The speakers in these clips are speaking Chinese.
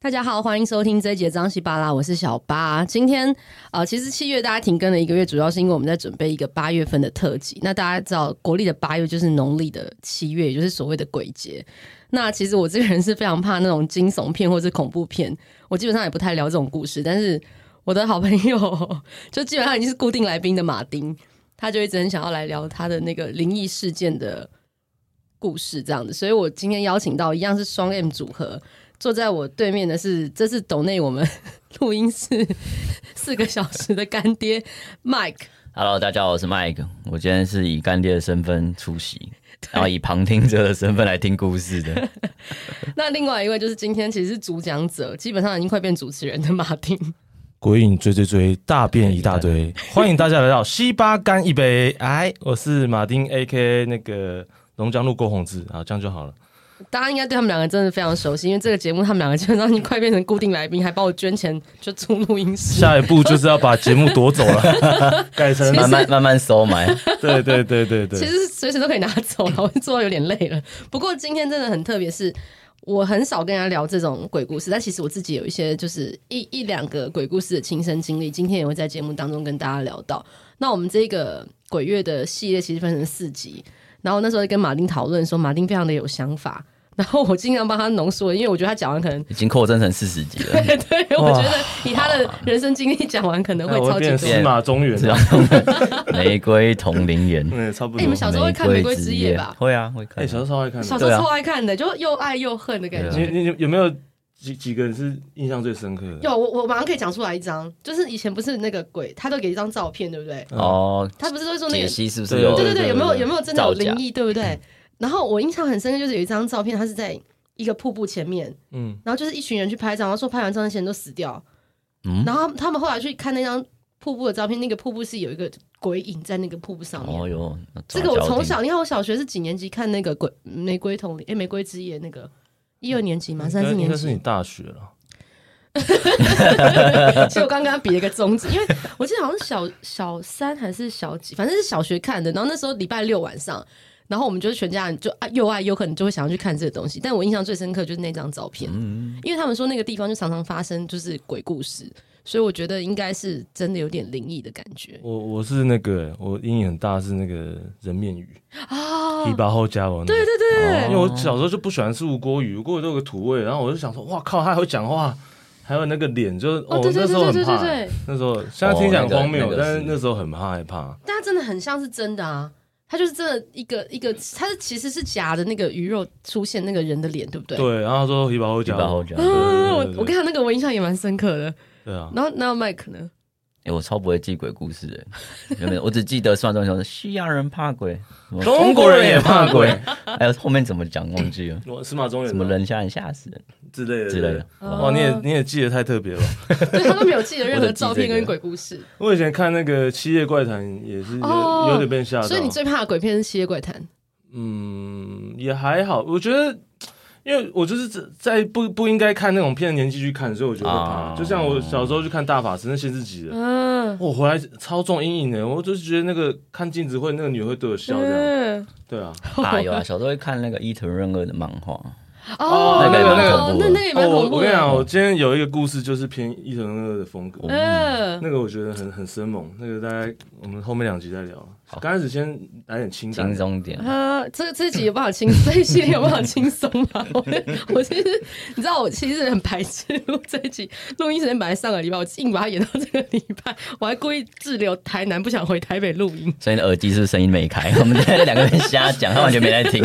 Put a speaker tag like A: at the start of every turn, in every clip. A: 大家好，欢迎收听这一节张西巴拉，我是小八。今天呃，其实七月大家停更了一个月，主要是因为我们在准备一个八月份的特辑。那大家知道，国历的八月就是农历的七月，也就是所谓的鬼节。那其实我这个人是非常怕那种惊悚片或是恐怖片，我基本上也不太聊这种故事。但是我的好朋友 就基本上已经是固定来宾的马丁，他就一直很想要来聊他的那个灵异事件的故事这样子，所以我今天邀请到一样是双 M 组合，坐在我对面的是这是抖内我们 录音室四个小时的干爹 Mike，
B: Hello，大家好，我是 Mike，我今天是以干爹的身份出席，然后以旁听者的身份来听故 事的。
A: 那另外一位就是今天其实是主讲者，基本上已经快变主持人的马丁。
C: 鬼影追追追，大便一大堆，欢迎大家来到西巴干一杯。哎，我是马丁 A K 那个龙江路郭宏志，啊，这样就好了。
A: 大家应该对他们两个真的非常熟悉，因为这个节目他们两个基本上已经快变成固定来宾，还帮我捐钱就租录音室。
C: 下一步就是要把节目夺走了，改成
B: 慢慢慢慢收买，
C: 对对对对
A: 其
C: 对，
A: 实随时都可以拿走 了，我就做到有点累了。不过今天真的很特别，是我很少跟人家聊这种鬼故事，但其实我自己有一些就是一一两个鬼故事的亲身经历，今天也会在节目当中跟大家聊到。那我们这个鬼月的系列其实分成四集，然后那时候跟马丁讨论说，马丁非常的有想法， 然后我尽量帮他浓缩，因为我觉得他讲完可能。
B: 已经扩增成四十集了。
A: 对，我觉得以他的人生经历讲完，可能会
C: 那哎我
A: 超
C: 会
A: 级
C: 变
A: 多
C: 司。马中原
B: 是啊
C: 了。，
B: 玫瑰同龄人，
C: 嗯，差不
A: 哎
C: 多
A: 你。们小时候会看玫瑰之夜吧
B: 会啊，会看
C: 哎，。小时候超爱看
A: 小
C: 的。
A: 时候
B: 对啊
A: 超爱看的，就又爱又恨的感觉
C: 你。你你有没有几几个人是印象最深刻的？
A: 有，我我马上可以讲出来一张，就是以前不是那个鬼，他都给一张照片，对不对？
B: 哦，
A: 他不是都会说那
B: 解
A: 个，
B: 析是不是有
A: 对对对，
C: 对
A: 有没有
C: 对对
A: 有没有真的有
B: 造假
A: 灵异，对不对？然后我印象很深刻，就是有一张照片，他是在一个瀑布前面，
C: 嗯，
A: 然后就是一群人去拍照，然后说拍完照那些人都死掉，
B: 嗯
A: 然后他们他们后来去看那张瀑布的照片，那个瀑布是有一个鬼影在那个瀑布上面。
B: 哦哟，
A: 这个我从
B: 哦
A: 小，你看我小学是几年级看那个鬼玫瑰同林，哎，玫瑰之夜那个一二年级嘛，三四
C: 嗯应
A: 年
C: 该
A: 级
C: 是你大学了。
A: 其实我刚刚比了一个中指，因为我记得好像是小小三还是小几，反正是小学看的。然后那时候礼拜六晚上，然后我们就是全家人就啊又爱又恨，就会想要去看这个东西。但我印象最深刻就是那张照片，
B: 嗯，
A: 因为他们说那个地方就常常发生就是鬼故事，所以我觉得应该是真的有点灵异的感觉
C: 我我是那个我阴影很大是那个人面鱼，
A: 啊
C: 一。把后加我。
A: 对对对，
C: 因为我小时候就不喜欢吃无锅鱼，无锅鱼都有个土味，然后我就想说，哇靠，他还会讲话，还有那个脸，就是
A: 哦
C: 哦，
A: 对对
C: 那时候
A: 对
C: 很
A: 对对
C: 怕
A: 对对，
C: 那时候现在听起来很荒
B: 哦
C: 谬，
B: 那个那个
C: 但是
B: 是
C: 那时候很怕害怕。
A: 但它真的很像是真的啊。它就是真的一个一个，它是其实是假的那个鱼肉出现那个人的脸，对不对？
C: 对，然后他说一把后
B: 一
C: 脚，
B: 把后讲，
A: 嗯，我
C: 对对对
A: 我跟他那个我印象也蛮深刻的。
C: 对啊，
A: 然后那麦克呢？
B: 哎，我超不会记鬼故事的，原本我只记得算算说西洋人怕 鬼，什么
C: 中国人也怕鬼，
B: 还有后面怎么讲忘记 了，
C: 我司马中
B: 什
C: 原
B: 么
C: 吗
B: 人吓人吓死人
C: 之类的
B: 之类的。。
C: 哦哇，你也
A: 哦
C: 你也记得太特别了吧。
A: 对他都没有记得任
B: 我
A: 何
B: 只记
A: 照片
B: 这个
A: 跟鬼故事，
C: 我以前看那个《七夜怪谈》也是
A: 哦
C: 有有点被吓到，
A: 所以你最怕的鬼片是《七夜怪谈》。
C: 嗯，也还好，我觉得，因为我就是在在不不应该看那种片的年纪去看，所以我觉得会怕。
B: 啊
C: 就像我小时候去看《大法师》，那限制级的，
A: 嗯
C: 我回来超重阴影的，我就是觉得那个看镜子会那个女会对我笑这样，
A: 嗯，
C: 对啊，
B: 啊，有啊，小时候会看那个伊藤润二的漫画，
A: 哦，
B: 那个也蛮恐怖
A: 那
B: 的
A: 那个也蛮
C: 哦我
A: 恐
C: 我
A: 怖
C: 跟你讲，
A: 的。
C: 我今天有一个故事就是偏伊藤润二的风格，
A: 嗯，
C: 那个我觉得很很生猛，那个大概我们后面两集再聊。
B: 好
C: 刚开始先来点清淡
B: 轻
C: 的，
B: 松点。
A: 啊，这这集有办法轻，这一系列有办法轻松吗？ 我我其实你知道，我其实很排斥录这一集，录音时间本来上个礼拜，我硬把它演到这个礼拜，我还故意滞留台南，不想回台北录音。
B: 所以你的耳机是不是声音没开？ 我们在两个人瞎讲，他完全没在 听。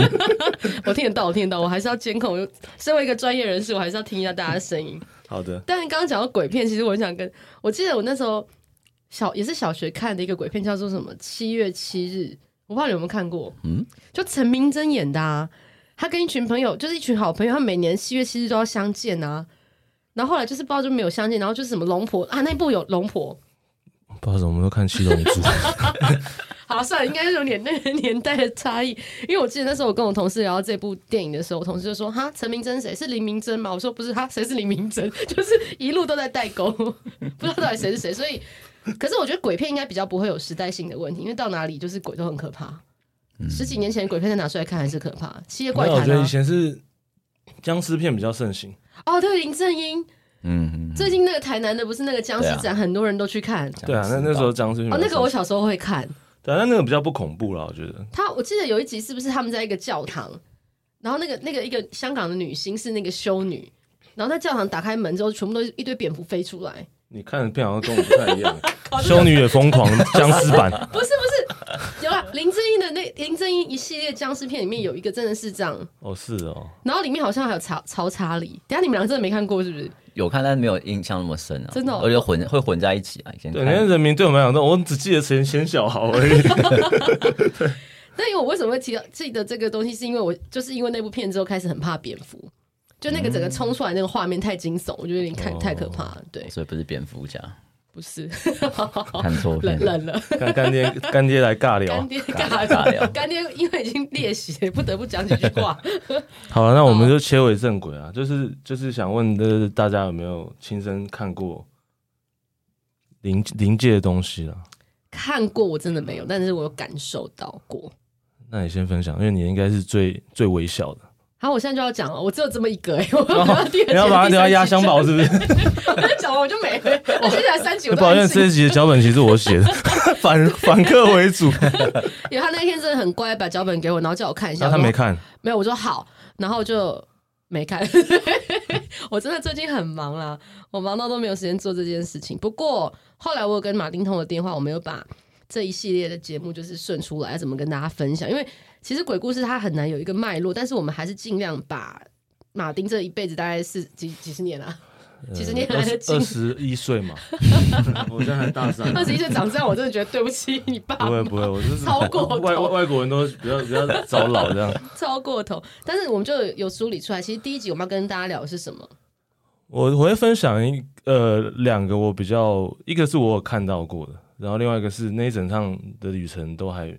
A: 我听得到，我听得到，我还是要监控。我身为一个专业人士，我还是要听一下大家的声音。
C: 好的，
A: 但刚刚讲到鬼片，其实我很想跟，我记得我那时候小也是小学看的一个鬼片，叫做什么《七月七日》，我不知道你有没有看过，嗯
B: 嗯，
A: 就陈明真演的啊，他跟一群朋友，就是一群好朋友，他每年七月七日都要相见啊。然后后来就是不知道就没有相见，然后就是什么龙婆啊，那部有龙婆。
C: 不好意思，我们都看七龙珠，
A: 好，算了，应该是有点那个年代的差异，因为我记得那时候我跟我同事聊到这部电影的时候，我同事就说：“哈，陈明真谁是林明真吗？”我说：“不是，他谁是林明真？就是一路都在代 沟，不知道到底谁是谁。”所以，可是我觉得鬼片应该比较不会有时代性的问题，因为到哪里就是鬼都很可怕。十几年前的鬼片再拿出来看还是可怕，《七夜怪
C: 嗯没有我
A: 谈
C: 觉》得以
A: 啊，
C: 前是僵尸片比较盛行。
A: 哦，对，林正英
B: 嗯，
A: 最近那个台南的不是那个僵尸展，
B: 对
A: 很多人都去看。
C: 啊对啊，那那时候僵尸片
A: 哦，那个我
C: 蛮
A: 小时候会看。
C: 对啊，那那个比较不恐怖啦，我觉得。
A: 他我记得有一集是不是他们在一个教堂，然后那个那个一个香港的女星是那个修女，然后在教堂打开门之后，全部都是一堆蝙蝠飞出来。
C: 你看的片好像跟我不太一 样，《修女也疯狂》僵尸 版，
A: 不是不是，有啦，啊林正英的那林正英一系列僵尸片里面有一个真的是这样，
C: 哦是哦，
A: 然后里面好像还有曹曹查理。等一下你们俩真的没看过是不是？
B: 有看，但是没有印象那么深啊，
A: 真的哦
B: 我觉得混会混在一起啊，以前
C: 对，那些
B: 看
C: 人民对我们来讲，我只记得钱钱小豪而 已。
A: 但因为我为什么会提到记得这个东西，是因为我就是因为那部片之后开始很怕蝙蝠，就那个整个冲出来那个画面太惊悚，我觉得有点看太可怕了。对，
B: 所以不是蝙蝠侠，
A: 不是哦
B: 看错 片
A: 冷，冷了，
C: 干干爹干爹来尬聊
A: 干，爹尬
B: 尬聊
A: 聊，干爹因为已经练习，不得不讲几句 话。
C: 好了，那我
A: 哦
C: 们就切回正轨啊，就是就是想问的大家有没有亲身看过临临界的东西啊？
A: 看过我真的没有，但是我有感受到过。
C: 那你先分享，因为你应该是最最微小的，
A: 好，我现在就要讲了，我只有这么一个哎、 我要把第二集、
C: 你要把它留到压箱宝是不是？
A: 我在讲完 我就没了，我接下来三集我 都
C: 抱
A: 安
C: 怨
A: 静
C: 这一集的脚本其实 我写的，反反客为主，
A: 因为他那天真的很乖，把脚本给我，然后叫我看一下。
C: 然后他
A: 我
C: 没
A: 说
C: 看，
A: 没有，我说好，然后就没看。 我真的最近很忙啦，我忙到都没有时间做这件事情。不过后来我有跟马丁通了电话，我们有把这一系列的节目就是顺出来，怎么跟大家分享。因为其实鬼故事它很难有一个脉络，但是我们还是尽量把马丁这一辈子大概是几几十年 啊，其实你也来得及
C: 呃二十一岁 嘛，我现在还大三
A: 二十一岁长这样，我真的觉得对不起你爸
C: 不
A: 妈
C: 会不会，我就是
A: 超过头
C: 外外外国人都比较比较早老这样。
A: 超过头。但是我们就有梳理出来，其实第一集我们要跟大家聊的是什么？
C: 我我会分享一呃两个我比较，一个是我有看到过的，然后另外一个是那一整趟的旅程都还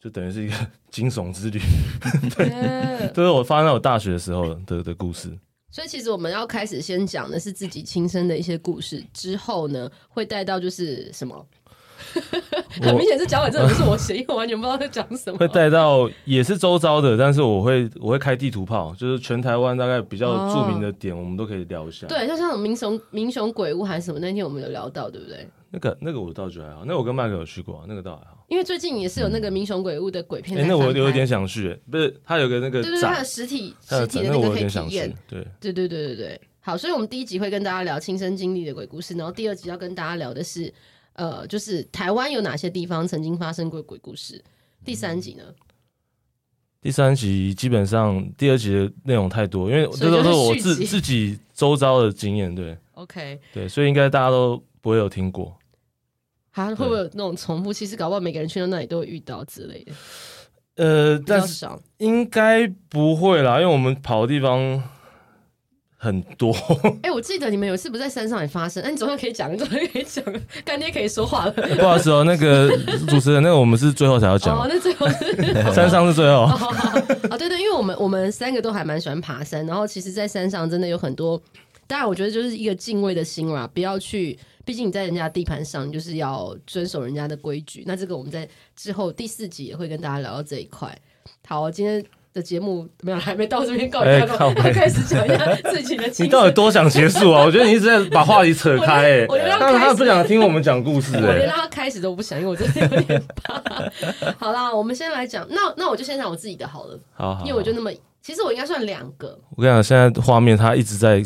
C: 就等于是一个惊悚之旅，
A: 嗯
C: 这是我发生在我大学的时候的的故事。
A: 所以其实我们要开始先讲的是自己亲身的一些故事，之后呢会带到就是什么？ 很明显是脚本，真的不是我写，因为我完全不知道在讲什么。
C: 会带到也是周遭的，但是我会我会开地图炮，就是全台湾大概比较著名的点，我们都可以聊一下。，
A: 对，就像民雄民雄鬼屋还是什么，那天我们有聊到，对不对？
C: 那个那个我倒觉得还好，那个我跟麦克有去过啊，那个倒还好。
A: 因为最近也是有那个民雄鬼屋的鬼片
C: 哎、
A: 在翻拍、
C: 那我有点想去、不是他有个那个
A: 对对对，它
C: 展
A: 的，实体
C: 他
A: 实
C: 的
A: 体
C: 展，
A: 的
C: 那呃我
A: 个
C: 有
A: 可以
C: 点
A: 体
C: 想
A: 验
C: 去。。对，
A: 对对对对对，好，所以我们第一集会跟大家聊亲身经历的鬼故事，然后第二集要跟大家聊的是，呃，就是台湾有哪些地方曾经发生过鬼故事。第三集呢，
C: 第三集基本上第二集的内容太多，因为
A: 哦所
C: 这
A: 以就
C: 都
A: 是
C: 是我
A: 续
C: 自
A: 集
C: 自己周遭的经验，对
A: OK，
C: 对，所以应该大家都不会有听过。
A: 还会不会有那种重复？其实搞不好每个人去到那里都会遇到之类的，
C: 呃，
A: 比较
C: 但是
A: 少。
C: 应该不会啦，因为我们跑的地方很 多。
A: 哎、我记得你们有一次不是在山上也发生，哎、你总算可以讲，你总算可以讲， 干爹可以说话了。
C: 不好意思哦，那个主持人，那个我们是最后才要
A: 哦
C: 讲，，
A: 那最后是。
C: 山上是最后。
A: 啊，对对，因为我们我们三个都还蛮喜欢爬山，然后其实，在山上真的有很多，当然我觉得就是一个敬畏的心啦，不要去，毕竟你在人家地盘上，你就是要遵守人家的规矩。那这个我们在之后第四集也会跟大家聊到这一块。好，今天的节目没有还没到这边告一
C: 哎
A: 段落，
C: 靠
A: 我
C: 北
A: 们开始讲一下自己 的
C: 你
A: 亲
C: 到底
A: 身。
C: 多想结束啊？我觉得你一直在把话题扯开、欸，
A: 我觉得要
C: 但是
A: 开
C: 他
A: 始
C: 不想听我们讲故事、
A: 我连
C: 欸，
A: 让他开始都不想，因为我真的有点怕。好啦，我们先来讲，那那我就先讲我自己的好了，
C: 好好好，
A: 因为我就那么，其实我应该算两个，
C: 我跟你讲，现在画面他一直在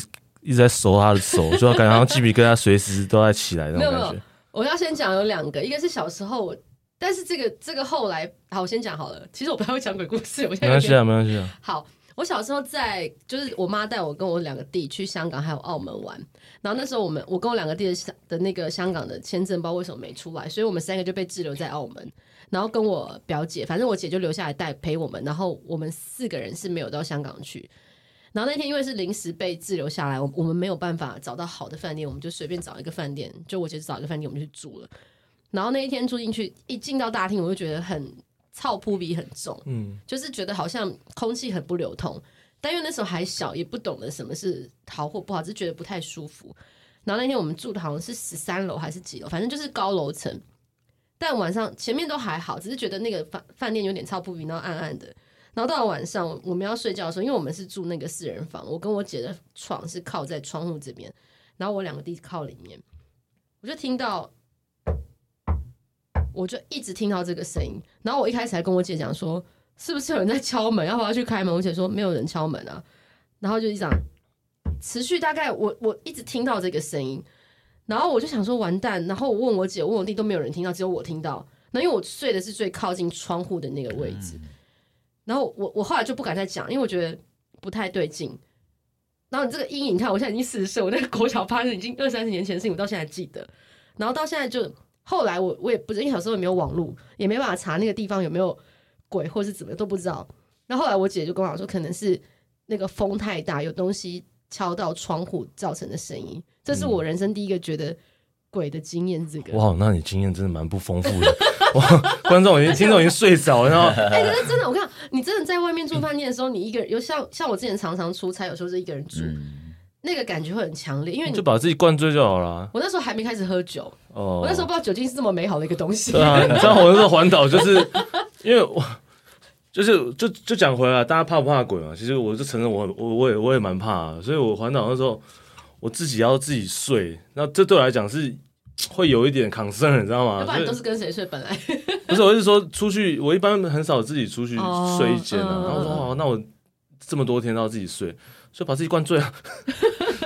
C: 一直在熟他的手，就感觉好像鸡皮疙瘩随时都在起来那
A: 没有
C: 种
A: 没
C: 感
A: 有
C: 觉。，
A: 我要先讲有两个，一个是小时候我，但是这个这个后来，好，我先讲好了。其实我不太会讲鬼故事，我现在
C: 没
A: 有
C: 关系
A: 点
C: 啊，没关系啊。
A: 好。我小时候在，就是我妈带我跟我两个弟去香港还有澳门玩，然后那时候我们我跟我两个弟的香的那个香港的签证包为什么没出来，所以我们三个就被滞留在澳门，然后跟我表姐，反正我姐就留下来带陪我们，然后我们四个人是没有到香港去，然后那天因为是临时被滞留下来，我我们没有办法找到好的饭店，我们就随便找一个饭店，就我姐找一个饭店，我们就去住了。然后那一天住进去，一进到大厅，我就觉得很臭扑鼻很重，
C: 嗯，
A: 就是觉得好像空气很不流通。但因为那时候还小，也不懂得什么是好或不好，只是觉得不太舒服。然后那天我们住的好像是十三楼还是几楼，反正就是高楼层。但晚上前面都还好，只是觉得那个饭饭店有点臭扑鼻，然后暗暗的。然然后到了晚上，我我们要睡觉的时候，因为我们是住那个四人房，我跟我姐的床是靠在窗户这边，然后我两个弟靠里面，我就听到，我就一直听到这个声音。然后我一开始还跟我姐讲说，是不是有人在敲门？要 不要去开门？我姐说没有人敲门啊。然后就一直讲，持续大概我我一直听到这个声音，然后我就想说完蛋，然后我问我姐，问我弟都没有人听到，只有我听到。那因为我睡的是最靠近窗户的那个位置，然后我我后来就不敢再讲，因为我觉得不太对劲。然后你这个阴影，你看我现在已经四十岁，我那个国小发生已经二三十年前的事情，我到现在还记得。然后到现在就后来我我也不知，因为小时候也没有网络，也没办法查那个地方有没有鬼或是怎么都不知道。那后来我姐就跟我讲说，可能是那个风太大，有东西敲到窗户造成的声音。这是我人生第一个觉得鬼的经验。这个
C: 哇，那你经验真的蛮不丰富的。哇，观众已经听众已经睡着了，然后
A: 哎、可是真的，我看你真的在外面住饭店的时候，你一个人，有像像我之前常常出差，有时候是一个人住，
B: 嗯，
A: 那个感觉会很强烈，因为你
C: 就把自己灌醉就好了。
A: 我那时候还没开始喝酒，
C: 哦，
A: 我那时候不知道酒精是这么美好的一个东西。
C: 对啊，你知道我那时候环岛就是因为我就是就就讲回来，大家怕不怕鬼嘛？其实我就承认我我我也我也蛮怕、啊，所以我环岛那时候我自己要自己睡，那这对我来讲是会有一点 concern，你知道吗？
A: 要不
C: 所
A: 然
C: 以
A: 你都是跟谁睡？本来
C: 不是，我是说出去，我一般很少自己出去
A: 哦
C: 睡一间啊。
A: 嗯
C: 然后我说
A: 嗯
C: 好，那我这么多天都要自己睡，所以把自己灌醉啊。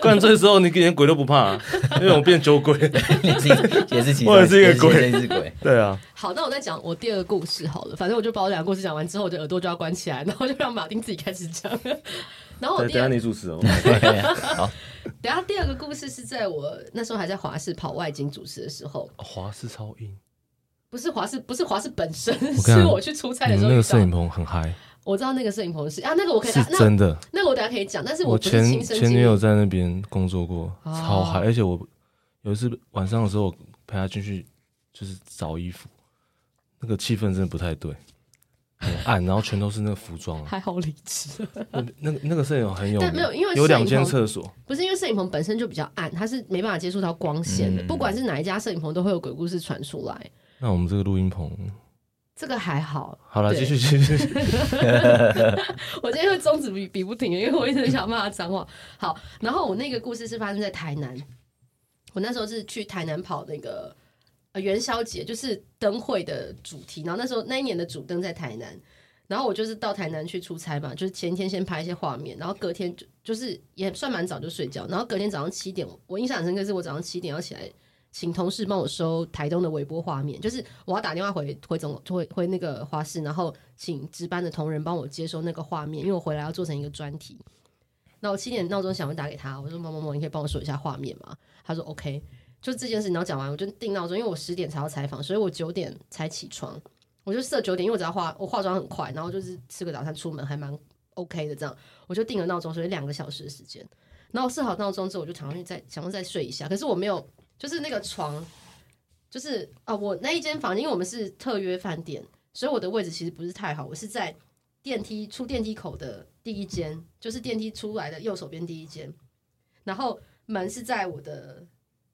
C: 灌醉之后，你连鬼都不怕啊、因为我变酒鬼。
B: 你自己 也是其中
C: 我也是一个鬼
B: 也是一个鬼。
C: 对啊，
A: 好，那我再讲我第二个故事好了，反正我就把我两个故事讲完之后，我的耳朵就要关起来，然后就让马丁自己开始讲。 然后我
C: 等等
A: 第
C: 下
A: 二
C: 你主持哦。
B: 对啊好，
A: 等一下第二个故事是在我那时候还在华视跑外景主持的时候，
C: 华视超硬，
A: 不是华视，不是华视本身，
C: 我跟你
A: 是
C: 讲
A: 我去出差
C: 你
A: 的
C: 们
A: 时候
C: 那
A: 遇
C: 个摄
A: 到
C: 影。棚很嗨，
A: 我知道那个摄影棚是啊，那个我可以，
C: 是
A: 那
C: 真的。
A: 那个我等一下可以讲，但是
C: 我
A: 不是
C: 前
A: 亲身经
C: 前
A: 历
C: 女友在那边工作过，
A: 哦
C: 超嗨！而且我有一次晚上的时候，我陪她进去就是找衣服，那个气氛真的不太对，很暗，然后全都是那个服 装、啊。
A: 还好理智，
C: 那那个那个摄影很有名，
A: 但没有因为
C: 有两
A: 摄影
C: 间
A: 棚
C: 厕所，
A: 不是因为摄影棚本身就比较暗，它是没办法接触到光线的。
B: 嗯
A: 不管是哪一家摄影棚，都会有鬼故事传出来。
C: 那我们这个录音棚，
A: 这个还好，
C: 好了，
A: 对
C: 继续继续。继 续
A: 我今天会终止比比不停，因为我一直想骂他脏话。好，然后我那个故事是发生在台南，我那时候是去台南跑那个呃元宵节，就是灯会的主题。然后那时候那一年的主灯在台南，然后我就是到台南去出差嘛，就是前一天先拍一些画面，然后隔天就就是也算蛮早就睡觉，然后隔天早上七点，我印象很深刻是我早上七点要起来。请同事帮我收台东的微波画面，就是我要打电话回回总回回那个花市，然后请值班的同仁帮我接收那个画面，因为我回来要做成一个专题。那我七点闹钟响，我打给他，我说某某某，你可以帮我说一下画面吗？他说 OK，就这件事，然后讲完我就定闹钟，因为我十点才要采访，所以我九点才起床，我就设九点，因为我只要化我化妆很快，然后就是吃个早餐出门还蛮 OK 的，这样我就定了闹钟，所以两个小时的时间。然后设好闹钟之后，我就躺上去再想要再睡一下，可是我没有，就是那个床，就是啊、我那一间房间，因为我们是特约饭店，所以我的位置其实不是太好，我是在电梯出电梯口的第一间，就是电梯出来的右手边第一间，然后门是在我的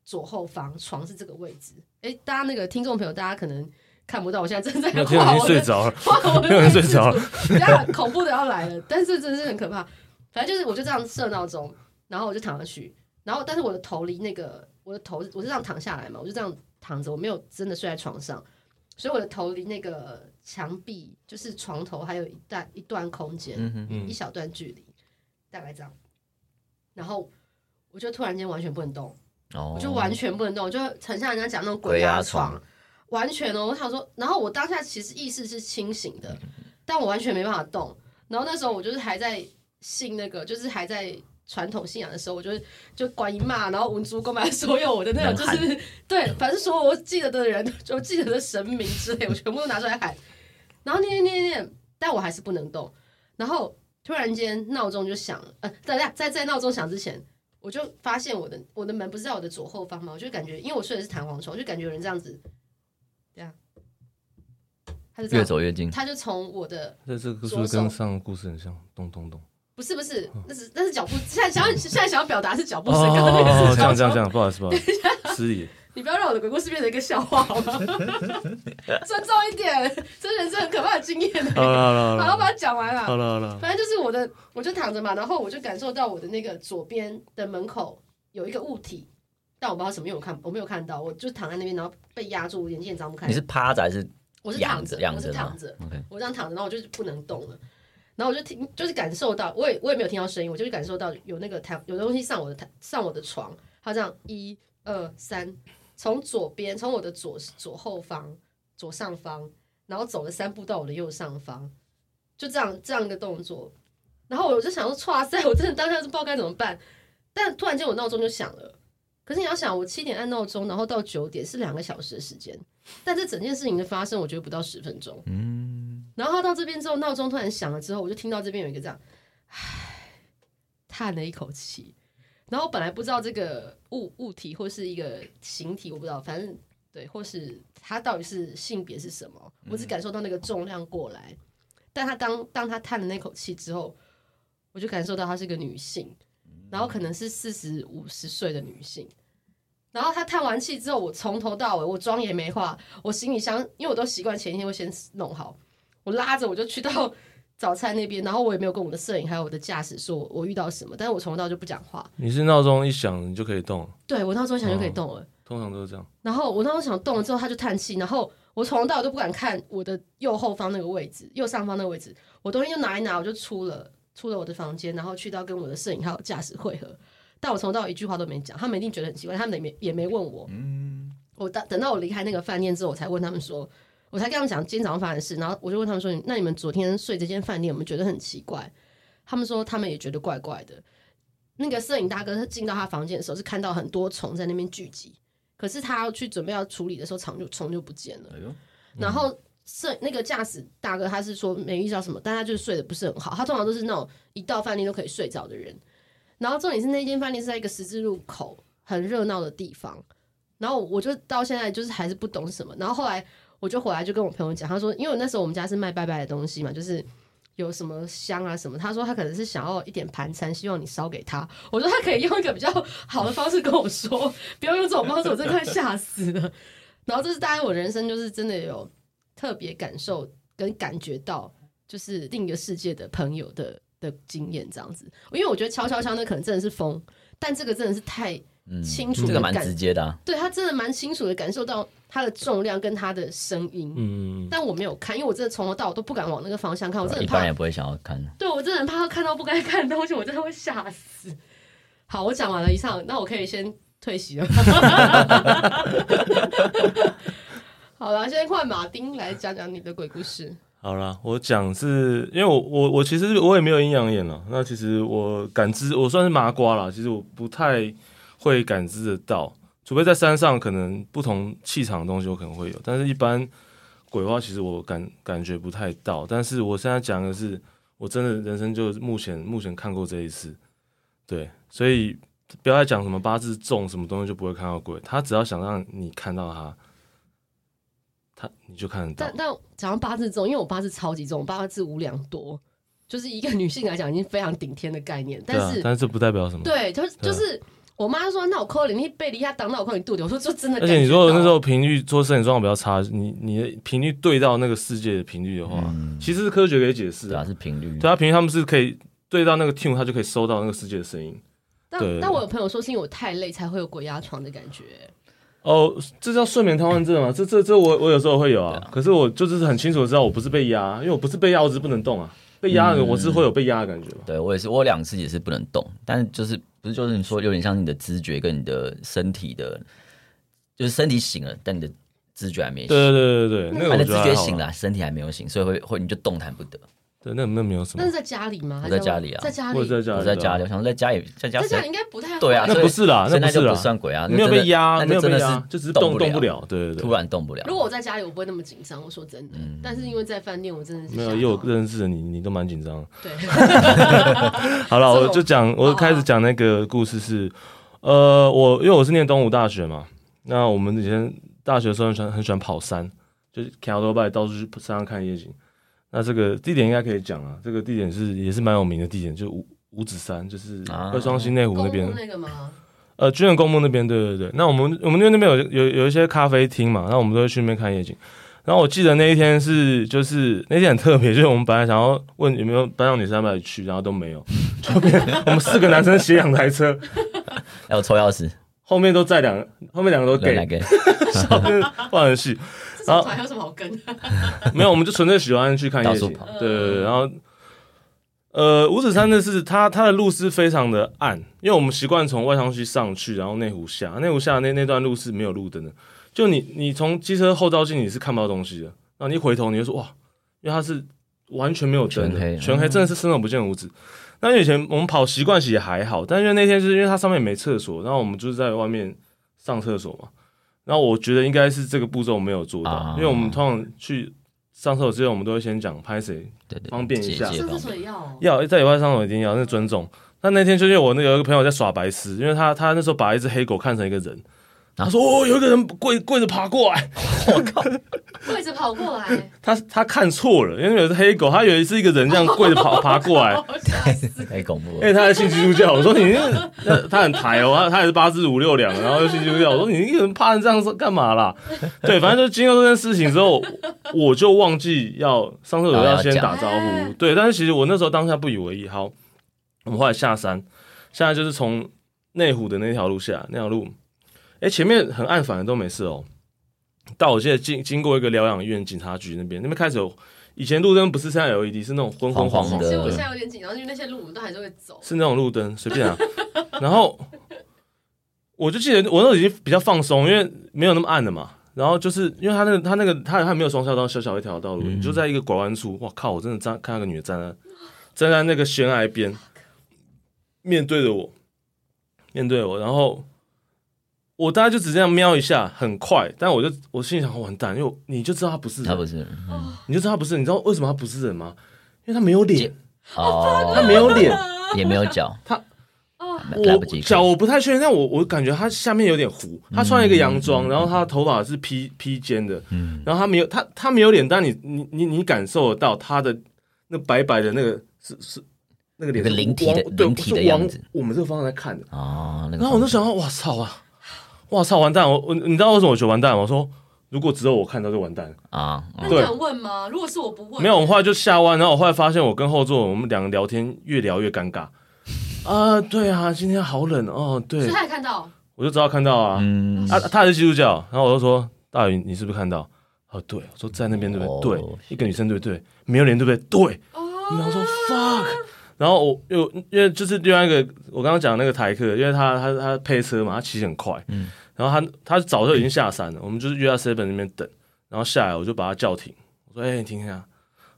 A: 左后方，床是这个位置。诶，大家那个听众朋友，大家可能看不到，我现在正在
C: 没有听
A: 画
C: 众已
A: 我
C: 经
A: 的
C: 睡 着了，
A: 哇，我
C: 没有人睡着
A: 了，等下啊恐怖的要来了，但是真的是很可怕。反正就是我就这样设闹钟，然后我就躺下去，然后但是我的头离那个我的头我是这样躺下来嘛，我就这样躺着，我没有真的睡在床上，所以我的头离那个墙壁就是床头还有一段一段空间，
B: 嗯哼，
C: 嗯
A: 一，小段距离，大概这样。然后我就突然间完全不能动，
B: 哦
A: 我就完全不能动，我就很像人家讲那种
B: 鬼
A: 鬼
B: 压
A: 压
B: 床
A: 床。，完全哦，我想说，然后我当下其实意识是清醒的，但我完全没办法动。然后那时候我就是还在信那个，就是还在传统信仰的时候，我就是就管一骂，然后文珠公把所有我的那种就
B: 能
A: 是对，反正所有我记得的人，我记得的神明之类，我全部都拿出来喊，然后念念念念，但我还是不能动。然后突然间闹钟就响了，呃，在在在在闹钟响之前，我就发现我的我的门不是在我的左后方吗？我就感觉，因为我睡的是弹簧床，我就感觉有人这样子，这样，他就这
B: 越
A: 样，
B: 走越近，
A: 他就从我的
C: 这这个是
A: 左
C: 不是
A: 手
C: 跟上个故事很像？咚咚咚。
A: 不是不是，
B: 哦
A: 那是那是脚步，现在想要现在想要表达是脚步
C: 哦
A: 声，刚刚那
C: 哦
A: 个
C: 哦，
A: 是脚步
C: 这样这样这样，不好意思不好意思，失礼。
A: 你不要让我的鬼故事变成一个笑话好 吗？尊重一点，这人生很可怕的经验、
C: 好了好了好
A: 好
C: 了
A: 了，我把它讲完了。
C: 好了好了，
A: 反正就是我的，我就躺着嘛，然后我就感受到我的那个左边的门口有一个物体，但我不知道什么，因为我看我没有看到，我就躺在那边，然后被压住，眼睛也张不开
B: 你。是趴着还是
A: 我是
B: 仰
A: 躺
B: 着
A: 着，
B: 仰
A: 我是
B: 着吗
A: 躺着，
B: OK？
A: 我这样躺着，然后我就是不能动了。然后我就听，就是感受到，我也我也没有听到声音，我就是感受到有那个台有东西上我的台上我的床，它这样一二三，从左边从我的左左后方左上方，然后走了三步到我的右上方，就这样这样一个动作。然后我就想说，哇塞，我真的当下是不知道该怎么办。但突然间我闹钟就响了，可是你要想，我七点按闹钟，然后到九点是两个小时的时间，但这整件事情的发生，我觉得不到十分钟。
B: 嗯，
A: 然后到这边之后，闹钟突然响了之后，我就听到这边有一个这样，唉，叹了一口气。然后本来不知道这个物物体或是一个形体，我不知道，反正对，或是它到底是性别是什么，我只感受到那个重量过来。但他当当他叹了那口气之后，我就感受到她是个女性，然后可能是四十五十岁的女性。然后她叹完气之后，我从头到尾我妆也没化，我行李箱因为我都习惯前一天会先弄好，我拉着我就去到 早餐那边，然后我也没有跟我的摄影还有我的驾驶说我我遇到什么，但是我从头到尾就不讲话。
C: 你是闹钟一响你就可以动了，
A: 对我那时候想就可以动了，
C: 通常都是这样。
A: 然后我那时候想动了之后，他就叹气，然后我从头到尾都不敢看我的右后方那个位置，右上方那个位置，我东西就拿一拿，我就出了出了我的房间，然后去到跟我的摄影还有驾驶会合，但我从头到尾一句话都没讲，他们一定觉得很奇怪，他们也没也没问我，我等等到我离开那个饭店之后，我才问他们说，我才跟他们讲今天早上发生的事，然后我就问他们说，那你们昨天睡这间饭店，我们觉得很奇怪，他们说他们也觉得怪怪的。那个摄影大哥他进到他房间的时候，是看到很多虫在那边聚集，可是他要去准备要处理的时候，虫就虫就不见了。
B: 哎呦，
A: 然后摄那个驾驶大哥他是说没遇到什么，但他就是睡得不是很好。他通常都是那种一到饭店都可以睡着的人。然后重点是那间饭店是在一个十字路口很热闹的地方，然后我就到现在就是还是不懂是什么。然后后来我就回来就跟我朋友讲，他说因为我那时候我们家是卖拜拜的东西嘛，就是。有什么香啊什么？他说他可能是想要一点盘缠，希望你烧给他。我说他可以用一个比较好的方式跟我说，不要用这种方式，我真的快吓死了。然后这是大概我人生就是真的有特别感受跟感觉到，就是另一个世界的朋友的的经验这样子。因为我觉得敲敲敲那可能真的是风，但这个真的是太
B: 嗯，
A: 清楚
B: 这
A: 的
B: 个蛮
A: 感，
B: 直接的啊，
A: 对他真的蛮清楚的感受到它的重量跟它的声音。
C: 嗯，
A: 但我没有看，因为我真的从头到尾都不敢往那个方向看，我真的
B: 一
A: 很怕
B: 般人也不会想要看。
A: 对我真的很怕看到不该看的东西，我真的会吓死。好，我讲完了以上，那我可以先退席了吗。好了，现在换马丁来讲讲你的鬼故事。
C: 好啦，我讲是因为我我我其实我也没有阴阳眼了，那其实我感知我算是麻瓜啦，其实我不太会感知得到，除非在山上可能不同气场的东西我可能会有，但是一般鬼话其实我感感觉不太到，但是我现在讲的是我真的人生就目前目前看过这一次，对，所以不要再讲什么八字重什么东西就不会看到鬼，他只要想让你看到他，他你就看得到
A: 但。但讲到八字重，因为我八字超级重，我八字五两多，就是一个女性来讲已经非常顶天的概念。但
C: 对啊
A: 是，
C: 但是这不代表什么。
A: 对，就是
C: 对
A: 就
C: 啊
A: 是我妈说，那我扣你，你背离下挡到我扣你肚子，我说就真的
C: 而
A: 感觉到。
C: 且你说那时候频率做摄影状况比较差，你你的频率对到那个世界的频率的话，
B: 嗯，
C: 其实是科学可以解释
B: 对啊，
C: 啊。
B: 是频率。
C: 对啊，频率他们是可以对到那个 tune，它就可以收到那个世界的声音。
A: 但
C: 对
A: 但我有朋友说是因为我太累才会有鬼压床的感觉。
C: 哦，这叫睡眠瘫痪症嘛？这这这我我有时候会有啊，可是我就是很清楚的知道我不是被压，因为我不是被压，我只是不能动啊。被压的
B: 嗯
C: 我是会有被压的感觉嘛。
B: 对我也是，我有两次也是不能动，但是就是不是就是你说有点像你的知觉跟你的身体的，就是身体醒了，但你的知觉还没醒，
C: 对对对对对，那
B: 啊
C: 个
B: 你
C: 我
B: 的
C: 觉
B: 知
C: 得
B: 觉
C: 还好
B: 醒
C: 啊。
B: 了，身体还没有醒，所以会会你就动弹不得。
C: 对，那那没有什
A: 那
C: 么
A: 是，在家里吗？还
B: 我
A: 是
B: 在家里啊
A: 在家
C: 嗯我
A: 里，
C: 在家里，
B: 我在家里，我想说在家也在家
A: 在家里
B: 谁
A: 应该不太会
B: 对啊
C: 那不是啦，
B: 所
C: 那
B: 以那
C: 是
B: 就
C: 啦
B: 不，算鬼啊，那
C: 没有
B: 真
C: 被
B: 的
C: 压，
B: 那
C: 没有
B: 就真
C: 被
B: 的
C: 压
B: 是，
C: 就只是动动
B: 不
C: 不，了。对对
B: 突
C: 对，
B: 然动不了。
A: 如果我在家里，我不会那么紧张。我说真的，
B: 嗯
A: 但是因为在饭店，我真的是
C: 没有，
A: 吓
C: 因为我
A: 到
C: 认识的你，你都蛮紧张的。
A: 对，
C: 好啊了，
A: 这
C: 我
A: 种
C: 就讲，我开始讲那个故事是，呃，我因为我是念东吴大学嘛，那我们以前大学的时候很喜欢很喜欢跑山，就是骑摩托拜到处去山上看夜景。那这个地点应该可以讲啊，这个地点是也是蛮有名的地点，就五五指山，就是
B: 啊
C: 二双溪内湖那
A: 公
C: 边。
A: 路那个吗？
C: 呃，军人公墓那边，对对对。那我们我们因为那边有有有一些咖啡厅嘛，然后我们都会去那边看夜景。然后我记得那一天是就是那天很特别，就是我们本来想要问有没有班上女生要不要去，然后都没有， 就变我们四个男生骑两台车，
B: 还哎有抽钥匙，
C: 后面都载两，后面两个都
B: 来
C: gay，
B: 来给，
C: 换人戏。
A: 这
C: 种
A: 团有什么好跟的？
C: 没有，我们就纯粹喜欢去看夜
B: 到
C: 景
B: 处跑。
C: 对对对，然后呃，五指山的是它它的路是非常的暗，因为我们习惯从外商区上去，然后内湖下，内湖下那那段路是没有路灯的，就你你从机车后照镜你是看不到东西的，然后你一回头你就说哇，因为它是完全没有灯的，
B: 全黑嗯
C: 全黑真的是伸手不见五指。那因为以前我们跑习惯其实也还好，但因为那天就是因为它上面没厕所，然后我们就是在外面上厕所嘛。然后我觉得应该是这个步骤没有做到，
B: 啊
C: 因为我们通常去上厕所之前，我们都会先讲拍谁
B: 对对，
C: 方便一下
B: 解解
A: 上厕
B: 方
A: 所
B: 便。
A: 也要哦
C: 要在野外上厕所一定要，那是尊重。但那天就是因为我那有一个朋友在耍白痴，因为他他那时候把一只黑狗看成一个人，
B: 啊
C: 他说哦有一个人跪跪着爬过来，
A: 跪着跑过 来，
C: 他他看错了，因为有一只黑狗，他以为是一个人这样跪着 爬爬过来，
A: 吓死
B: 太哎恐怖
C: 因
B: 了，
C: 哎为他是信基督教，我说你那那他很抬哦，他他也是八支五六两，然后又信基督教，我说你一个人趴成这样子干嘛啦？对，反正就经过这件事情之后，我就忘记要上厕所要先打招
A: 哦要
C: 呼
A: 讲，
C: 对，但是其实我那时候当下不以为意。好，我们后来下山，现在就是从内湖的那条路下，那条路，哎，前面很暗，反而都没事哦。到我记得经经过一个疗养院警察局那边，那边开始有以前路灯不是现在 LED，是那种昏昏
B: 黄
C: 黄
B: 黄
C: 黄
B: 的
A: 其实我现在有点紧张，因为那些路我都还是会走。
C: 是那种路灯，随便啊。 然后我就记得我那时候已经比较放松，因为没有那么暗了嘛。然后就是因为他那个他那个他他没有双校道，小小一条道路，
B: 嗯
C: 你就在一个拐弯处，哇靠！我真的站看到个女的站在站在那个悬崖边，面对着我，面对我，然后我大概就只这样瞄一下，很快，但我就我心里想完蛋，因为我你就知道他不是人，
B: 他不是
A: 哦
B: 嗯
C: 你就知道他不是人，你知道为什么他不是人吗？因为他没有脸，
B: 哦，
C: 他没有脸，
B: 也没有脚，
C: 他
A: 哦
B: 来
C: 我
B: 不及看
C: 脚我不太确定，但我我感觉他下面有点糊，他穿一个洋装，然后他头发是披披肩的，
B: 嗯，
C: 然后他没有他他没有脸蛋，但你你你你感受得到他的那白白的那个是是那个脸
B: 那个
C: 是
B: 灵体的
C: 往对
B: 灵体的
C: 是往
B: 样子
C: 我们这个方向在看的。
B: 哦，那个，
C: 然后我就想到，哇操啊，哇操，完蛋！我我你知道为什么我觉得完蛋吗？我说如果只有我看到就完蛋了。
B: 啊，嗯
A: 那你
C: 对
A: 敢问吗？如果是我不问，
C: 没有，我们后来就下弯，然后我后来发现我跟后座我们两个聊天越聊越尴尬。啊、对啊，今天好冷
A: 所
C: 哦，对
A: 以，他也看到，
C: 我就知道看到啊，
B: 嗯，
C: 啊，他也是基督教，然后我就说大宇，你是不是看到？哦，对，我说在那边对不对？
B: 哦
C: 对，一个女生对不对？没有脸对不对？对，然后说 fuck，然后我又因为就是另外一个我刚刚讲的那个台客，因为他他他配车嘛，他骑很快，
B: 嗯
C: 然后他他早就已经下山了，我们就是约在 seven 那边等，然后下来我就把他叫停，我说哎、你停一下，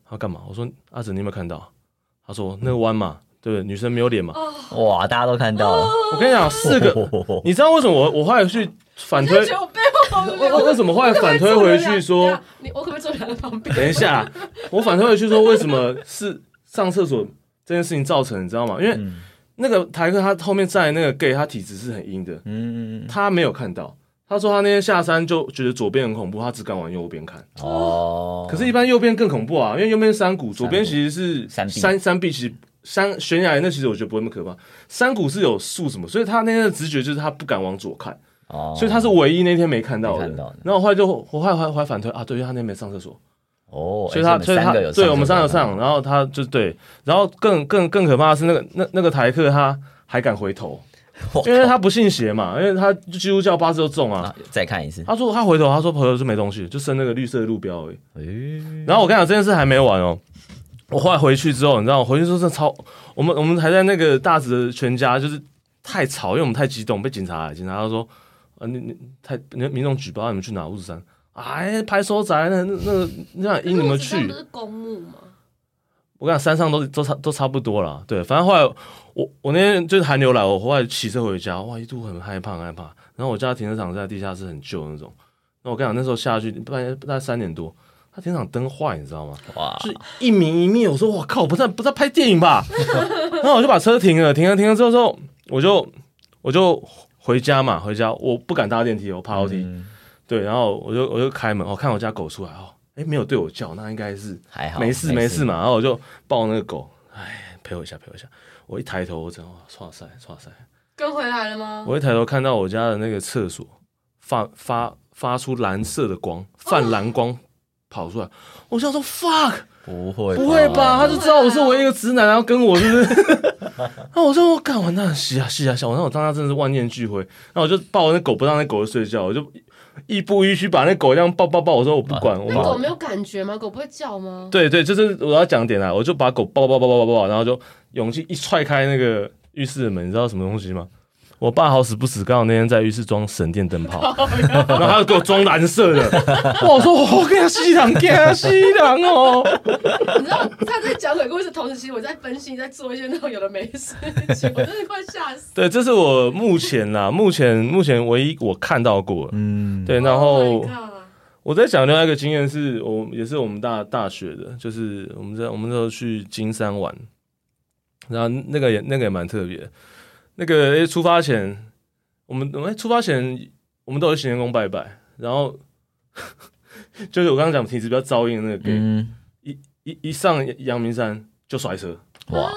C: 他说干嘛？我说阿哲你有没有看到？他说那个弯嘛，对不对？女生没有脸嘛，
B: 哇，大家都看到了，
C: 我跟你讲四个，你知道为什么我我后来去反推
A: 就觉得我背后好无
C: 为
A: 聊
C: 为为什么后来反推回去说，，
A: 你我可不可以坐在旁边？
C: 等一下，我反推回去说，为什么是上厕所这件事情造成，你知道吗？因为
B: 嗯
C: 那个台客他后面站的那个 gay，他体质是很阴的，
B: 嗯，
C: 他没有看到。他说他那天下山就觉得左边很恐怖，他只敢往右边看。
B: 哦，
C: 可是，一般右边更恐怖啊，因为右边是山谷，左边其实是
B: 山壁
C: 山山壁，其实山悬崖那其实我觉得不会那么可怕。山谷是有树什么，所以他那天的直觉就是他不敢往左看。
B: 哦，
C: 所以他是唯一那天没看到的。
B: 没看到的
C: 然后我后来就我后来后来后来反推啊，对，因为他那天没上厕所，
B: 哦，
C: 所以他
B: 哎
C: 所以他
B: 三个有
C: 对我们三
B: 个
C: 个上，，然后他就对，然后更更更可怕的是那个那那个台客他还敢回头，
B: 我
C: 因为他不信邪嘛，因为他就基督教八字都中啊。
B: 啊再看一次，
C: 他说他回头，他说回头就没东西，就剩那个绿色的路标而已。
B: 哎
C: 然后我跟你讲这件事还没完哦，我后来回去之后，你知道我回去之后真的超，我们我们还在那个大直的全家就是太吵，因为我们太激动，被警察来警察他说，啊你你太你民众举报你们去哪五指山？哎，拍收宅那那那个那 阴你们去
A: 可是我只知道不？是公墓吗？
C: 我跟你讲，山上都都差都差不多啦。对，反正后来我我那天就是寒流来，我后来骑车回家，哇，一度很害怕很害怕。然后我家停车场在地下室很旧那种，那我跟你讲，那时候下去半夜大概三点多，他停车场灯坏，你知道吗？
B: 哇，
C: 就是一明一灭。我说我靠，不是不是在拍电影吧？ 然后我就把车停了，停了停了之后之后，我就我就回家嘛，回家我不敢搭电梯，我怕楼梯。
B: 嗯
C: 对，然后我就我就开门，我、看我家狗出来哦，哎没有对我叫，那应该是
B: 还好，
C: 没事没事，嘛。然后我就抱那个狗，哎陪我一下陪我一下。我一抬头，我真哇，哇塞哇塞，
A: 跟回来了吗？
C: 我一抬头看到我家的那个厕所发发发出蓝色的光，泛蓝光跑出来，我想说 fuck，
B: 不会，
C: 不会吧？他就知道我是唯一一个直男，然后跟我是不是？那我说我干完蛋，洗啊洗啊洗啊！我那我当时真的是万念俱灰，那我就抱我那狗，不让那狗睡觉，我就亦步亦趋把那狗这样抱抱抱。我说我不管，我
A: 那狗
C: 把
A: 没有感觉吗？狗不会叫吗？
C: 对对，就是我要讲点啦，啊我就把狗抱抱抱抱抱抱，然后就勇气一踹开那个浴室的门，你知道什么东西吗？我爸好死不死，刚好那天在浴室装省电灯泡，然后他就给我装蓝色的。哇我说我跟他吸糖，跟他吸糖哦。
A: 你知道他在讲鬼故事同时，其实我在分析，在做一些那种有的没事的事情，我真的快吓死。
C: 对，这是我目前啦，目前目前唯一我看到过的。
B: 嗯，
C: 对，然
A: Oh
C: 后
A: my God
C: 我在讲另外一个经验是，我也是我们大大学的，就是我们在我们那时候去金山玩，然后那个也那个也蛮特别的。那个、诶出发前，我们我们、诶出发前我们都有去行天宫拜拜，然后 就是我刚刚讲体质比较噪音的那个 gay，、
B: 嗯，
C: 一一上阳明山就摔车，
B: 哇，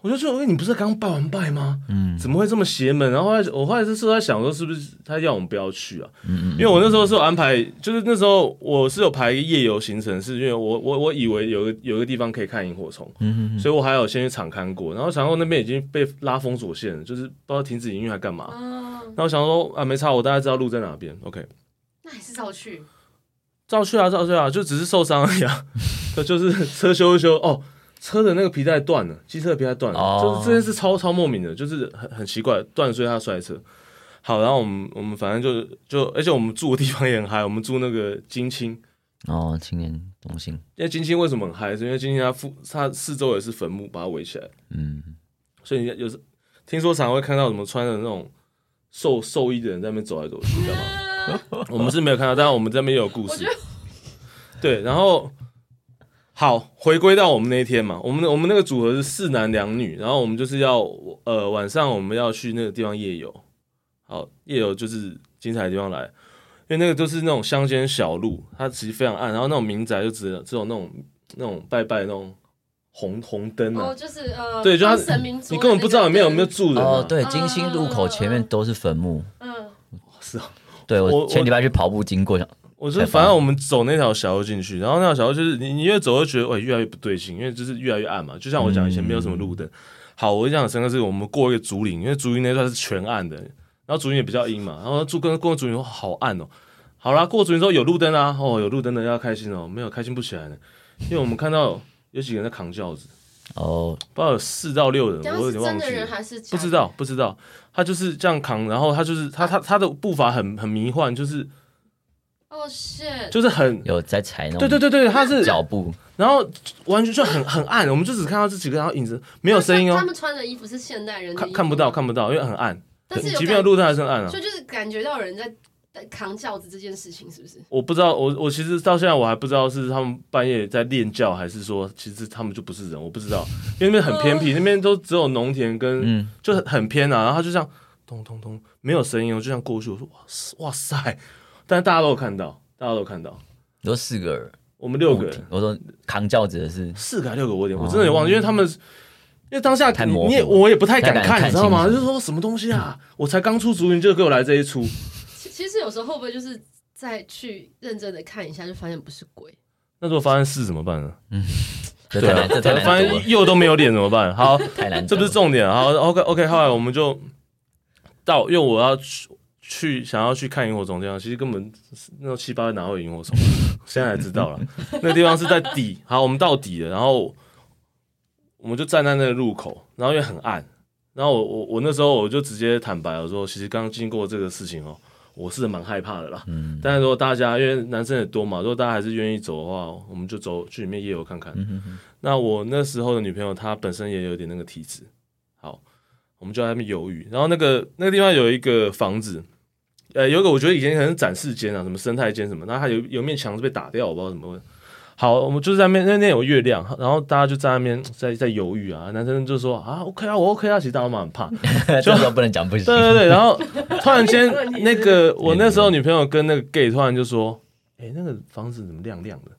C: 我就说，哎、你不是刚拜完拜吗？
B: 嗯
C: 怎么会这么邪门？然后后来我后来是在想说，是不是他要我们不要去啊？
B: 嗯
C: 因为我那时候是有安排，就是那时候我是有排夜游行程，是因为我我我以为有个有个地方可以看萤火虫，
B: 嗯
C: 所以我还有先去场刊过，然后场后那边已经被拉封锁线了，就是不知道停止营运还干嘛。
A: 啊，
C: 然后我想说啊，没差，我大概知道路在哪边，OK，
A: 那还是照去。
C: 照去啊，照去啊，就只是受伤而已啊，就就是车修一修哦。车的那个皮带断了，机车的皮带断了
B: 哦
C: 就是这件事超超莫名的，就是很很奇怪，断所以他摔车。好，然后我们我们反正就就，而且我们住的地方也很嗨，我们住那个金青，
B: 哦，青年中心，
C: 因为金星为什么很嗨？是因为金星它附它四周也是坟墓，把它围起来，
B: 嗯，
C: 所以你有时听说常会看到什么穿着那种寿寿衣的人在那边走来走去，干嘛？ 我们是没有看到，但我们这边也有故
A: 我
C: 事
A: 觉。得
C: 对，然后好，回归到我们那一天嘛，我们我们那个组合是四男两女，然后我们就是要呃晚上我们要去那个地方夜游，好夜游就是精彩的地方来，因为那个就是那种乡间小路，它其实非常暗，然后那种民宅就只有只有那种那种拜拜那种红红灯啊，
A: 哦，就是呃，
C: 对就他
A: 当神明桌的那个
C: 你根本不知道里面有没有住人、啊、
B: 哦，对，金星路口前面都是坟墓，
A: 嗯，
C: 是啊，
B: 对
C: 我
B: 我
C: 我
B: 前礼拜去跑步经过，想
C: 我就是反正我们走那条小路进去，然后那条小路就是你你越走会觉得哎、越来越不对劲，因为就是越来越暗嘛。就像我讲以前没有什么路灯。好，我印象很深刻是我们过一个竹林，因为竹林那段是全暗的，然后竹林也比较阴嘛，然后住跟过竹林好暗哦。好啦，过竹林之后有路灯啊，哦有路灯的要开心哦，没有开心不起来呢，因为我们看到有几个人在扛轿子，
B: 哦，
C: 不知道有四到六人，
A: 然
C: 我
A: 后
C: 有
A: 是
C: 点
A: 真
C: 忘
A: 的
C: 记了
A: 人。还是假
C: 不
A: 的
C: 知？道，不知道，他就是这样扛，然后他就是他他他的步伐很很迷幻，就是
A: 哦，shit，
C: 就是很
B: 有在踩那
C: 对对
B: 种
C: 对对，他是
B: 嗯脚步，
C: 然后完全就很很暗，我们就只看到这几个，然后影子没有声音
A: 他
C: 哦，
A: 们穿的衣服是现代人的
C: 看
A: 衣服
C: 看不到，看不到，因为很暗。
A: 但是有
C: 即便有路灯还是很暗
A: 感
C: 啊
A: 所。以就是感觉到有人在扛轿子这件事情，是不是？
C: 我不知道，我我其实到现在我还不知道是他们半夜在练教，还是说其实他们就不是人，我不知道，因为那边很偏僻，
A: 呃
C: 那边都只有农田跟
B: 嗯，
C: 就很很偏啊。然后他就这样咚咚咚，没有声音哦，就这样过去。我说哇塞哇塞，但是大家都有看到，大家都有看到，
B: 你说四个人，
C: 我们六个人，
B: 我说扛轿子的是
C: 四个还是六个，我有点我真的有忘记，因为他们因为当下
B: 太
C: 你
B: 模糊
C: 你也我也不太
B: 嗯
C: 敢
B: 太敢
C: 看，
B: 看
C: 你知道吗？
B: 清
C: 就
B: 楚
C: 是说什么东西啊，我才刚出主你就给我来这一出，
A: 其其实有时候会不会就是再去认真的看一下，就发现不是鬼？
C: 那如果发生事怎么办呢？
B: 这太难，这太
C: 发
B: 难读了
C: 现，又都没有脸怎么办？好，
B: 太难读了，
C: 啊这不是重点。好，OK OK，后来我们就到，因为我要去去想要去看萤火虫这样，其实根本那时候七八月哪会有萤火虫， 现在才知 道了，那个地方是在底。好，我们到底了，然后我们就站在那个路口，然后也很暗，然后我我我那时候我就直接坦白我说，其实刚刚经过这个事情哦。我是蛮害怕的啦，
B: 嗯
C: 但是如果大家因为男生也多嘛，如果大家还是愿意走的话，我们就走去里面夜游看看。
B: 嗯哼哼
C: 那我那时候的女朋友她本身也有点那个体质，好，我们就在那边犹豫。然后那个那个地方有一个房子，呃，有一个我觉得以前可能是展示间啊，什么生态间什么，那它有有一面墙是被打掉，我不知道怎么问。好，我们就是在那边那那有月亮，然后大家就在那边在在犹豫啊，男生就说啊 OK 啊，我 OK 啊，其实大家都蛮怕，
B: 这时候不能讲不 行
C: 对，对对，然后突然间
A: 你
C: 那个我那时候女朋友跟那个 gay 突然就说：“哎、那个房子怎么亮亮的？”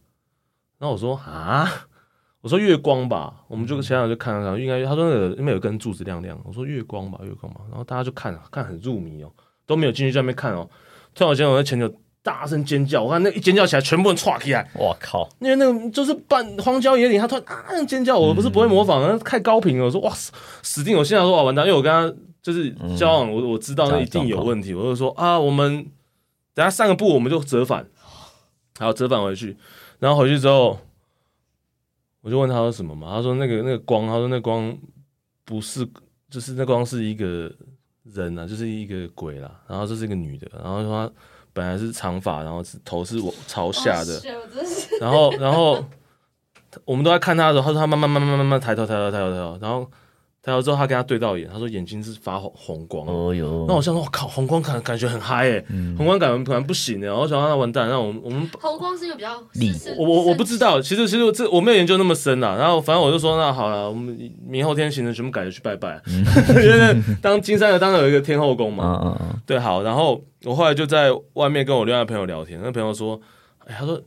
C: 然后我说：“啊，我说月光吧，我们就前两天就看了看，应该他说那个因为有根柱子亮亮，我说月光吧，月光吧，然后大家就看看很入迷哦，都没有进去在那边看哦。突然间我在前头大声尖叫，我看那一尖叫起来，全部人歘起来，
B: 我靠，
C: 因为那个就是半荒郊野岭，他突然啊那尖叫，我不是不会模仿，那太高频了，我说哇死死定了，我现在说哇完蛋，因为我跟他就是交往，我我知道那一定有问题，我就说啊我们等下散个步我们就折返，好折返回去，然后回去之后。我就问他说什么嘛，他说那个那个光，他说那光不是，就是那光是一个人啊，就是一个鬼啦，然后这是一个女的，然后说她本来是长发，然后是头是我朝
A: 哦
C: 下的，然后然后我们都在看他的时候，他说他慢慢慢慢慢慢慢抬头抬头抬头抬头，然后抬头之后他跟他对到眼，他说眼睛是发红红光的，
B: 哦哟，
C: 那我想说，我靠，红光感感觉很嗨诶、红光感突然不行诶、然后我想让他完蛋，那我们我们
A: 红哦光是一个比较
B: 力
A: 是是
C: 我我我
A: 是
C: 不知道，其实其实我这我没有研究那么深啦。然后反正我就说，那好了，我们明后天行程全部改了去拜拜， 因为那当金山的当然有一个天后宫嘛。
B: 嗯嗯嗯，
C: 对，好，然后我后来就在外面跟我另外一个朋友聊天，那朋友说，哎，他说，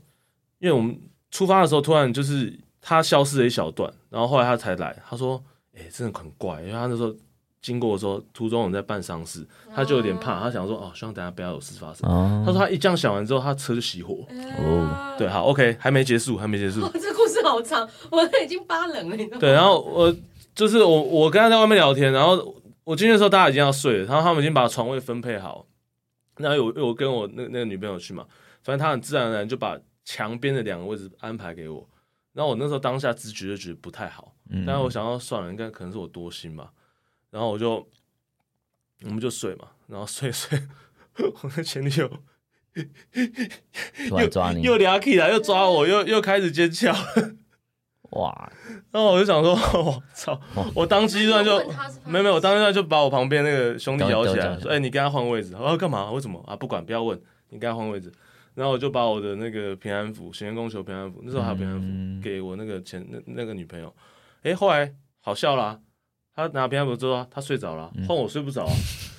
C: 因为我们出发的时候突然就是他消失了一小段，然后后来他才来，他说，哎，真的很怪，因为他那时候经过的时候，途中我们在办丧事，他就有点怕，他想说，哦，希望等下不要有事发生。
B: 哦，
C: 他说他一这样想完之后，他车就熄火。
B: 哦
C: 对，好，OK，还没结束，还没结束
A: 哦。，这故事好长，我都已经发冷了，你知 道吗？
C: 对，然后我就是我，我跟他在外面聊天，然后我进去的时候大家已经要睡了，然后他们已经把床位分配好。然后有有我跟我那那个女朋友去嘛，反正她很自然而然就把墙边的两个位置安排给我。然后我那时候当下直觉就觉得不太好，
B: 嗯
C: 但是我想要算了，应该可能是我多心吧。然后我就我们就睡嘛，然后睡睡，我的前女友
B: 嗯突然抓你，
C: 又俩起来，又抓我，又又开始尖叫。
B: 哇，
C: 然后我就想说， 我操！
B: 哦
C: 我当机突然就
A: 那你有问他是发生什么
C: 没有没有，我当机就把我旁边那个兄弟摇
B: 都
C: 起来
B: 摇，起
C: 说：“
B: 来
C: 哎，你跟他换位置。”我说：“干嘛？为什么啊？不管，不要问，你跟他换位置。”然后我就把我的那个平安符，显天供求平安符，那时候还有平安
B: 嗯
C: 符，给我那个前那那个女朋友。哎，后来好笑啦，他拿平安符之后啊，他睡着
B: 嗯
C: 了，换我睡不着啊。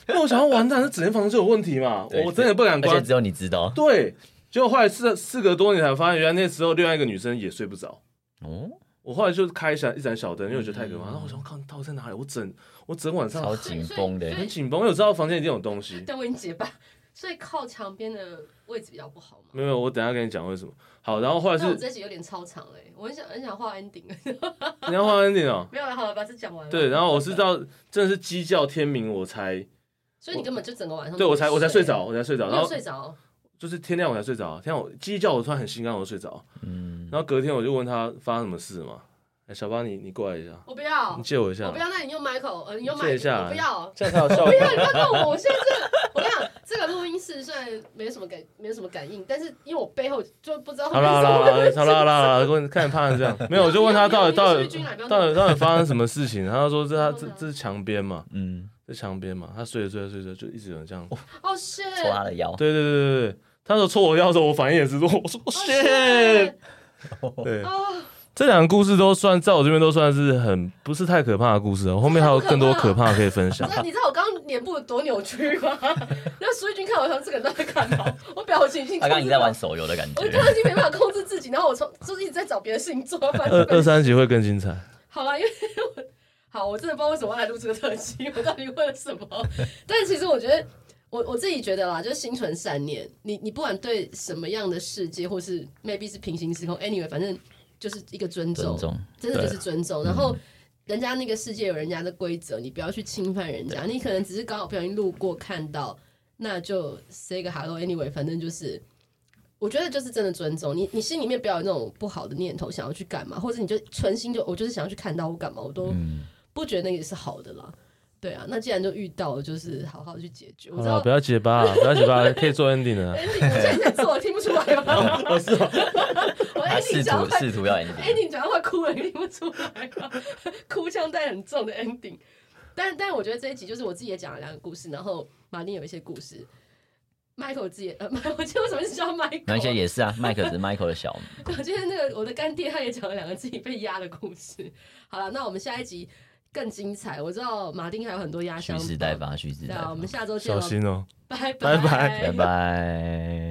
C: 因为我想要完蛋，这整间房子就有问题嘛，
B: 对
C: 我真的不敢
B: 而且
C: 关。
B: 只有你知道，
C: 对，结果后来事事隔多年才发现，原来那时候另外一个女生也睡不着。
B: 哦，
C: 我后来就开一盏一盏小灯，因为我觉得太可
B: 嗯
C: 怕。然后我想，我靠，到底在哪里？我整我整晚上
B: 超紧绷的，
C: 很紧绷，因为我知道房间一定有东西。
A: 但我已经结巴，所以靠墙边的位置比较不好嘛。
C: 没有，没有我等一下跟你讲为什么。好，然后后来
A: 但我
C: 是
A: 这集有点超长嘞，我很想很想画 ending，
C: 你要换 ending 哦。
A: 没有了，好了，把这讲完了。
C: 对，然后我是到真的是鸡叫天明我才
A: 所以哦你根本就整个晚上
C: 对我才我才睡
A: 着，
C: 着，我才睡着，
A: 你
C: 然
A: 有
C: 后
A: 睡着，
C: 就是天亮我才睡着。啊天亮我鸡叫我突然很心肝，我就睡着。
B: 嗯，
C: 然后隔天我就问他发生什么事嘛？哎，小巴你你过来一下，
A: 我不要
C: 你，借我一下
A: 我不，要，那你用 Michael，呃，你用
C: 你借
A: Michael，
C: 一下
A: 我不 要。
C: 这样才有效果
A: 不。要，你不要跟我！我现在这个，我跟你讲，这个录音室虽然没什么感，没什么感应，但是因为我背后就不知道。
C: 好啦好啦好啦好啦好啦好啦，问看你怕成这样，没有我就问他到底到底到底到底发生什么事 情？然后他说这他这这是墙边嘛，
B: 嗯，
C: 在墙边嘛，他睡着睡着睡着就一直有人这样，
A: 哦，是，
B: 戳
C: 啊
B: 他的腰，
C: 对对对对对，他说戳我腰的时候，我反应也是说， 我说 shit，对，
A: 哦，
C: 这两个故事都算在我这边都算是很不是太可怕的故事，我后面还有更多可怕可以分享
A: 你知。道你知道我刚刚脸部有多扭曲吗？那苏一君看我，像这个人在干嘛？我表情已经
B: 他
A: 控
B: 刚刚
A: 制
B: 你
A: 不
B: 在
A: 了
B: 玩手游的感
A: 我
B: 觉，
A: 刚刚已经没办法控制自己，然后我从就是一直在找别的事情做，反
C: 二
A: 正
C: 二三集会更精彩，
A: 好了，因为我好，我真的不知道为什么要来录这个特辑，我到底为了什么？但其实我觉得，我我自己觉得啦，就是心存善念，你你不管对什么样的世界，或是 maybe 是平行时空，anyway，反正就是一个尊重，
B: 尊重，
A: 真的就是
C: 啊
A: 尊
C: 嗯
A: 重。然后人家那个世界有人家的规则，你不要去侵犯人家。你可能只是刚好不小心路过看到，那就 say 个 hello anyway，反正就是。我觉得就是真的尊重你，你心里面不要有那种不好的念头，想要去干嘛，或者你就存心就我就是想要去看到我干嘛，我都
B: 嗯，
A: 不觉得那个是好的啦。对啊，那既然就遇到了，就是好好去解决。我
C: 好
A: 知
C: 啦，
A: 道
C: 不要结巴，不要结巴，可以做 ending 的。
A: ending，我现在在做，听不出来吗？ 我是我
B: 他试
A: ending 讲
B: 图
A: 快
B: 试图要 ending，
A: ending 讲到快哭哎了，你听不出来吗？哭腔带很重的 ending。但但我觉得这一集就是我自己也讲了两个故事，然后马丁有一些故事，Michael 自己也呃，我今天为什么一直叫
B: 那些
A: Michael？
B: 也是啊，麦克只是 Michael 的小，
A: 我今天那个我的干爹他也讲了两个自己被压的故事。好了，那我们下一集更精彩。我知道马丁还有很多压箱
B: 蓄
A: 宝
B: 势待。发，蓄势
A: 对
B: 待
A: 啊，
B: 发
C: 哦
A: 我，们下周见
C: 小
A: 喽，
C: 心哦、
A: 拜
C: 拜拜
B: 拜拜。